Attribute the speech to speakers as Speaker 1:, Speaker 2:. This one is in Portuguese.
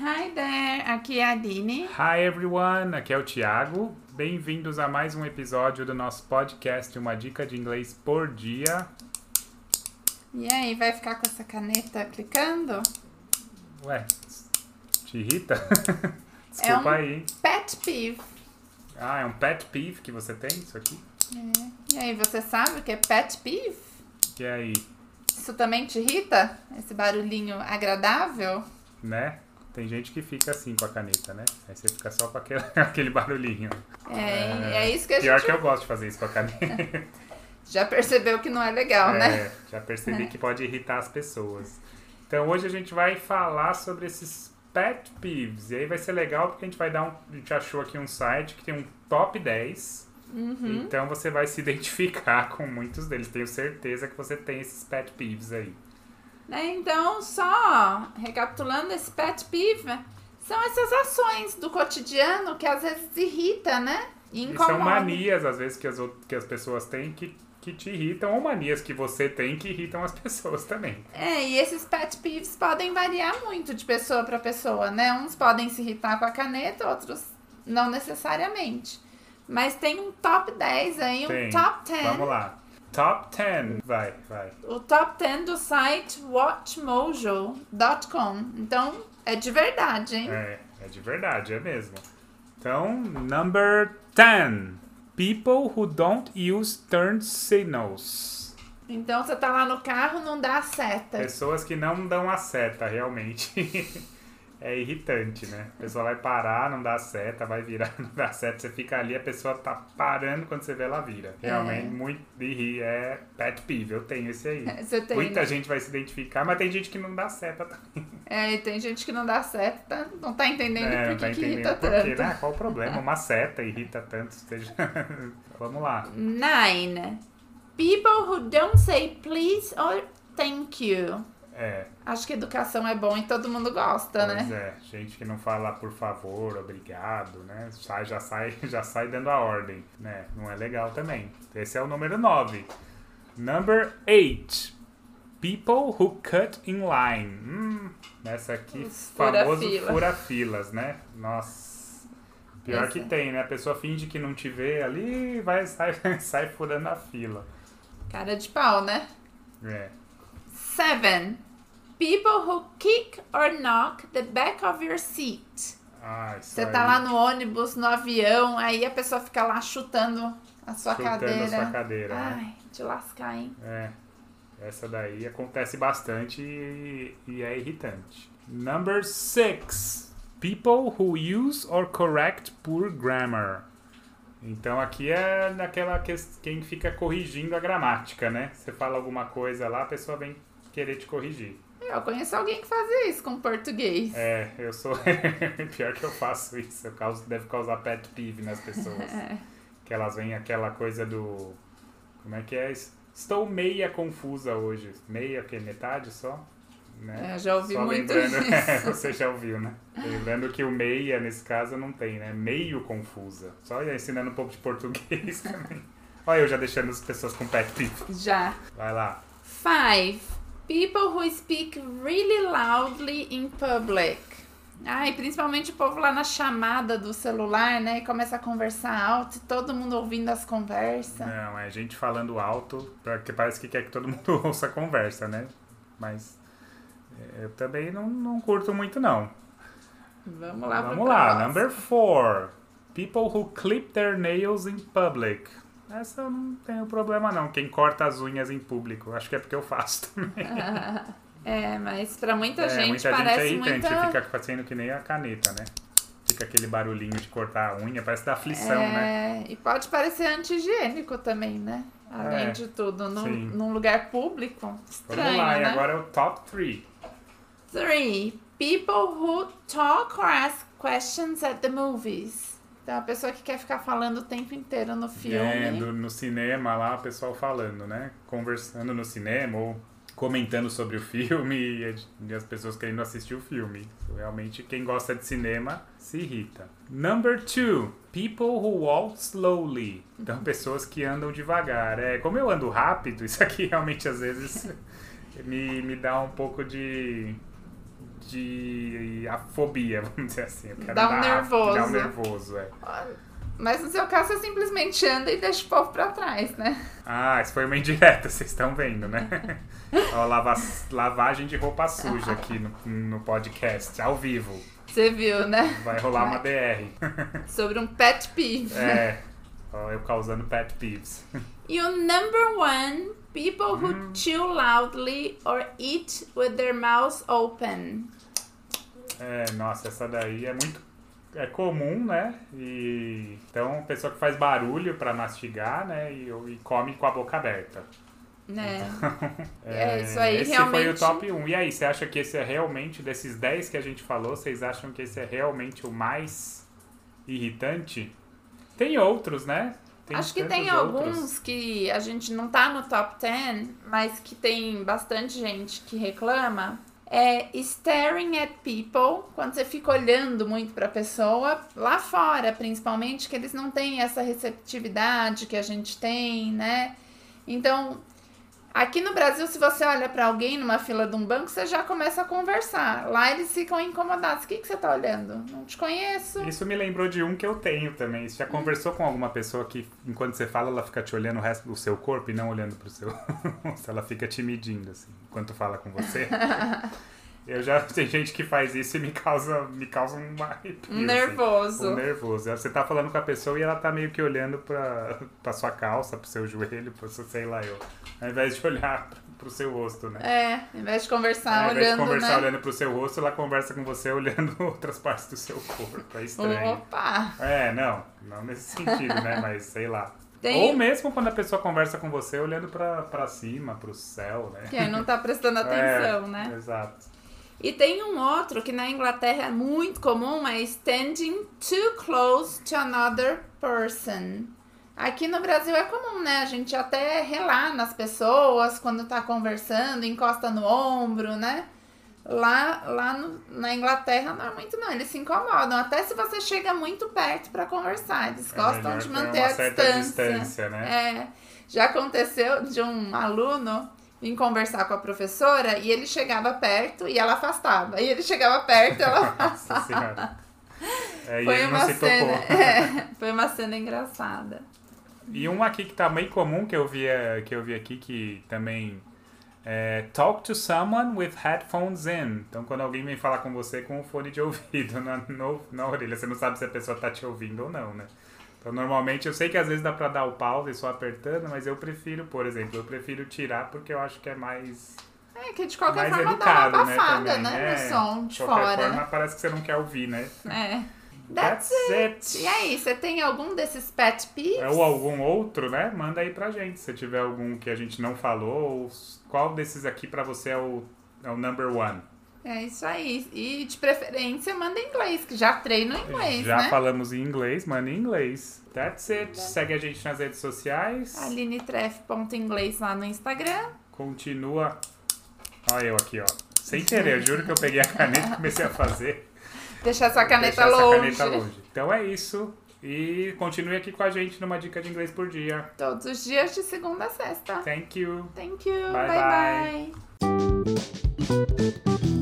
Speaker 1: Hi there, aqui é a Dini.
Speaker 2: Hi everyone, aqui é o Thiago. Bem-vindos a mais um episódio do nosso podcast Uma Dica de Inglês por Dia.
Speaker 1: E aí, vai ficar com essa caneta clicando?
Speaker 2: Ué, te irrita? Desculpa
Speaker 1: É um-
Speaker 2: aí.
Speaker 1: Pet peeve.
Speaker 2: Ah, é um pet peeve que você tem isso aqui?
Speaker 1: É. E aí, você sabe o que é pet peeve?
Speaker 2: E aí,
Speaker 1: Isso também te irrita? Esse barulhinho agradável?
Speaker 2: né? Tem gente que fica assim com a caneta, né? Aí você fica só com aquele, aquele barulhinho.
Speaker 1: É, é isso que a
Speaker 2: Pior
Speaker 1: gente
Speaker 2: que eu gosto de fazer isso com a caneta.
Speaker 1: já percebeu que não é legal, né?
Speaker 2: É, já percebi que pode irritar as pessoas. Então hoje a gente vai falar sobre esses pet peeves. E aí vai ser legal porque a gente vai dar um. A gente achou aqui um site que tem um top 10.
Speaker 1: Uhum.
Speaker 2: Então você vai se identificar com muitos deles. Tenho certeza que você tem esses pet peeves aí.
Speaker 1: Né, Então, só recapitulando, esse pet peeve são essas ações do cotidiano que às vezes irrita, né? E
Speaker 2: E
Speaker 1: incomoda.
Speaker 2: são manias, às vezes, que as, out- que as pessoas têm que, que te irritam, ou manias que você tem que irritam as pessoas também.
Speaker 1: É, e esses pet peeves podem variar muito de pessoa para pessoa, né? Uns podem se irritar com a caneta, outros não necessariamente. Mas tem um top 10 aí,
Speaker 2: Tem.
Speaker 1: um top 10.
Speaker 2: Vamos lá. Top 10. Vai, vai.
Speaker 1: O top 10 do site watchmojo.com. Então, é de verdade, hein?
Speaker 2: É, é de verdade, é mesmo. Então, number 10. People who don't use turn signals.
Speaker 1: Então, você tá lá no carro, não dá a seta.
Speaker 2: Pessoas que não dão a seta, realmente. É irritante, né? A pessoa vai parar, não dá a seta, vai virar, não dá a seta. Você fica ali, a pessoa tá parando quando você vê ela vira. Realmente, muito irri, é pet peeve, eu tenho esse aí.
Speaker 1: Você tem,
Speaker 2: É Muita
Speaker 1: né?
Speaker 2: gente vai se identificar, mas tem gente que não dá seta também.
Speaker 1: É, e tem gente que não dá seta, não tá entendendo
Speaker 2: É,
Speaker 1: por
Speaker 2: tá
Speaker 1: que, que
Speaker 2: entendendo
Speaker 1: irrita
Speaker 2: por quê,
Speaker 1: tanto.
Speaker 2: né? Qual o problema? Uma seta irrita tanto. Esteja... Vamos lá.
Speaker 1: Nine. People who don't say please or thank you.
Speaker 2: É,
Speaker 1: Acho que educação é bom e todo mundo gosta,
Speaker 2: pois
Speaker 1: né?
Speaker 2: é. Gente que não fala por favor, obrigado, né? Sai, já, sai, já sai dando a ordem, né? Não é legal também. Esse é o número 9. Number 8. People who cut in line. Hum, nessa aqui,
Speaker 1: Os
Speaker 2: famoso
Speaker 1: fura-fila.
Speaker 2: fura-filas, né? Nossa. Pior
Speaker 1: Esse.
Speaker 2: que tem, né? A pessoa finge que não te vê ali e vai, sai, sai furando a fila.
Speaker 1: Cara de pau, né?
Speaker 2: É.
Speaker 1: Seven. People who kick or knock the back of your seat.
Speaker 2: Ah, isso
Speaker 1: Você
Speaker 2: aí.
Speaker 1: tá lá no ônibus, no avião, aí a pessoa fica lá chutando a sua
Speaker 2: Chutando a
Speaker 1: cadeira.
Speaker 2: sua cadeira, né?
Speaker 1: Ai, te lascar, hein?
Speaker 2: É. Essa daí acontece bastante e, e é irritante. Number six People who use or correct poor grammar. Então aqui é naquela ques- quem fica corrigindo a gramática, né? Você fala alguma coisa lá, a pessoa vem querer te corrigir.
Speaker 1: Eu conheço alguém que fazia isso com português.
Speaker 2: É, eu sou. Pior que eu faço isso. Eu causo, deve causar pet peeve nas pessoas. Que elas veem aquela coisa do. Como é que é? Es- Estou meia confusa hoje. Meia, que metade só? Né?
Speaker 1: É, já ouvi
Speaker 2: só
Speaker 1: muito
Speaker 2: lembrando, é,
Speaker 1: isso.
Speaker 2: Você já ouviu, né? Lembrando que o meia, nesse caso, não tem, né? Meio confusa. Só ia ensinando um pouco de português também. Olha, eu já deixando as pessoas com pet peeve.
Speaker 1: Já.
Speaker 2: Vai lá.
Speaker 1: Five. People who speak really loudly in public. Ai, principalmente o povo lá na chamada do celular, né? E começa a conversar alto e todo mundo ouvindo as conversas.
Speaker 2: Não, é gente falando alto, porque parece que quer que todo mundo ouça a conversa, né? Mas é, eu também não, não curto muito, não.
Speaker 1: Vamos lá,
Speaker 2: Vamos
Speaker 1: pro
Speaker 2: lá,
Speaker 1: próximo.
Speaker 2: number four. People who clip their nails in public. Essa eu não tenho problema, não. Quem corta as unhas em público. Acho que é porque eu faço também.
Speaker 1: É, mas pra muita
Speaker 2: é,
Speaker 1: gente
Speaker 2: muita gente é
Speaker 1: parece
Speaker 2: irritante.
Speaker 1: muita.
Speaker 2: Fica fazendo que nem a caneta, né? Fica aquele barulhinho de cortar a unha, parece dar aflição,
Speaker 1: é,
Speaker 2: né?
Speaker 1: E pode parecer anti-higiênico também, né? Além
Speaker 2: É,
Speaker 1: de tudo, num,
Speaker 2: sim.
Speaker 1: num lugar público.
Speaker 2: Vamos
Speaker 1: Estranho,
Speaker 2: lá, e
Speaker 1: né?
Speaker 2: agora é o top 3.
Speaker 1: Three. People who talk or ask questions at the movies. Então, a pessoa que quer ficar falando o tempo inteiro no
Speaker 2: É,
Speaker 1: filme.
Speaker 2: do- no cinema lá, o pessoal falando, né? Conversando no cinema ou comentando sobre o filme e a- e as pessoas querendo assistir o filme. Realmente, quem gosta de cinema se irrita. Number two, people who walk slowly. Então, pessoas que andam devagar. É, como eu ando rápido, isso aqui realmente às vezes me, me dá um pouco de. de. afobia, vamos dizer assim. Eu quero
Speaker 1: Dá um
Speaker 2: dar-
Speaker 1: nervoso.
Speaker 2: Dá um nervoso, é.
Speaker 1: Mas no seu caso, você simplesmente anda e deixa o povo pra trás, né?
Speaker 2: Ah, isso foi uma indireta, vocês estão vendo, né? Ó, lava- lavagem de roupa suja aqui no, no podcast, ao vivo.
Speaker 1: Você viu, né?
Speaker 2: Vai rolar uma DR.
Speaker 1: Sobre um pet peeve.
Speaker 2: É. Ó, eu causando pet peeves.
Speaker 1: E o number one, people who chew loudly or eat with their mouths open.
Speaker 2: É, nossa, essa daí é muito. É comum, né? E. Então, pessoa que faz barulho pra mastigar, né? E, e come com a boca aberta.
Speaker 1: Né? É, isso aí
Speaker 2: esse foi o
Speaker 1: realmente-
Speaker 2: top 1. E aí, você acha que esse é realmente, desses 10 que a gente falou, vocês acham que esse é realmente o mais irritante? Tem outros, né?
Speaker 1: Acho que
Speaker 2: tantos
Speaker 1: tem
Speaker 2: outros.
Speaker 1: alguns que a gente não tá no top 10, mas que tem bastante gente que reclama. É staring at people, quando você fica olhando muito pra pessoa, lá fora principalmente, que eles não têm essa receptividade que a gente tem, né? Então, aqui no Brasil, se você olha pra alguém numa fila de um banco, você já começa a conversar. Lá eles ficam incomodados. O que, que você tá olhando? Não te conheço.
Speaker 2: Isso me lembrou de um que eu tenho também.
Speaker 1: Hum.
Speaker 2: Você já conversou com alguma pessoa que, enquanto você fala, ela fica te olhando o resto do seu corpo e não olhando pro seu rosto? ela fica te medindo, assim, enquanto fala com você? eu já... Tem gente que faz isso e me causa, me causa um arrepio,
Speaker 1: Um
Speaker 2: assim.
Speaker 1: nervoso.
Speaker 2: O nervoso. Você tá falando com a pessoa e ela tá meio que olhando pra, pra sua calça, pro seu joelho, pro seu, sei lá eu. Ao invés de olhar pro seu rosto, né?
Speaker 1: É, ao invés de conversar
Speaker 2: Ao invés
Speaker 1: olhando,
Speaker 2: de conversar
Speaker 1: né?
Speaker 2: olhando pro seu rosto, ela conversa com você olhando outras partes do seu corpo. É
Speaker 1: Uhum.
Speaker 2: estranho.
Speaker 1: Opa!
Speaker 2: É, não. Não nesse sentido, né? Mas sei lá.
Speaker 1: Tem- um
Speaker 2: Ou mesmo quando a pessoa conversa com você olhando pra, pra cima, pro céu, né?
Speaker 1: Quem não tá prestando atenção,
Speaker 2: É,
Speaker 1: né?
Speaker 2: Exato.
Speaker 1: E tem um outro que na Inglaterra é muito comum, é standing too close to another person. Aqui no Brasil é comum, né? A gente até relar nas pessoas quando tá conversando, encosta no ombro, né? Lá, lá no- na Inglaterra não é muito não, eles se incomodam. Até se você chega muito perto pra conversar, eles
Speaker 2: É
Speaker 1: gostam
Speaker 2: melhor
Speaker 1: de
Speaker 2: ter
Speaker 1: manter
Speaker 2: uma
Speaker 1: a
Speaker 2: certa
Speaker 1: distância.
Speaker 2: né?
Speaker 1: É, já aconteceu de um aluno vir conversar com a professora e ele chegava perto e ela afastava. E ele chegava perto e ela
Speaker 2: Nossa
Speaker 1: afastava.
Speaker 2: senhora. É, e
Speaker 1: É. Foi
Speaker 2: ele não
Speaker 1: uma
Speaker 2: se
Speaker 1: cena.
Speaker 2: tocou.
Speaker 1: é, foi uma cena engraçada.
Speaker 2: E um aqui que tá meio comum que eu vi, eh, que eu vi aqui que também é talk to someone with headphones in. Então quando alguém vem falar com você com o fone de ouvido na, no- na orelha, você não sabe se a pessoa tá te ouvindo ou não, né? Então normalmente eu sei que às vezes dá pra dar o pause só apertando, mas eu prefiro, por exemplo, eu prefiro tirar porque eu acho que é mais
Speaker 1: É que de qualquer
Speaker 2: mais
Speaker 1: forma
Speaker 2: educado,
Speaker 1: dá uma abafada,
Speaker 2: também.
Speaker 1: né?
Speaker 2: É,
Speaker 1: No som de
Speaker 2: qualquer
Speaker 1: fora.
Speaker 2: forma, parece que você não quer ouvir, né?
Speaker 1: É. That's
Speaker 2: That's
Speaker 1: it. E é aí, você tem algum desses pet peeves?
Speaker 2: É, Ou algum outro, né? Manda aí pra gente. Se tiver algum que a gente não falou, ou s- qual desses aqui pra você é o, é o number one?
Speaker 1: É isso aí. E de preferência, manda em inglês, que já treino em inglês,
Speaker 2: Já
Speaker 1: né? Tá.
Speaker 2: falamos em inglês, manda em inglês. That's it. Segue a gente nas redes sociais.
Speaker 1: AlineTref.inglês lá no Instagram.
Speaker 2: Continua. Olha eu aqui, ó. Sem querer, eu juro que eu peguei a caneta e comecei a fazer.
Speaker 1: Deixar sua caneta,
Speaker 2: Deixar essa
Speaker 1: longe.
Speaker 2: caneta longe. Então é isso. E continue aqui com a gente numa dica de inglês por dia.
Speaker 1: Todos os dias de segunda a sexta.
Speaker 2: Thank you.
Speaker 1: Thank you. bye.
Speaker 2: Bye,
Speaker 1: bye.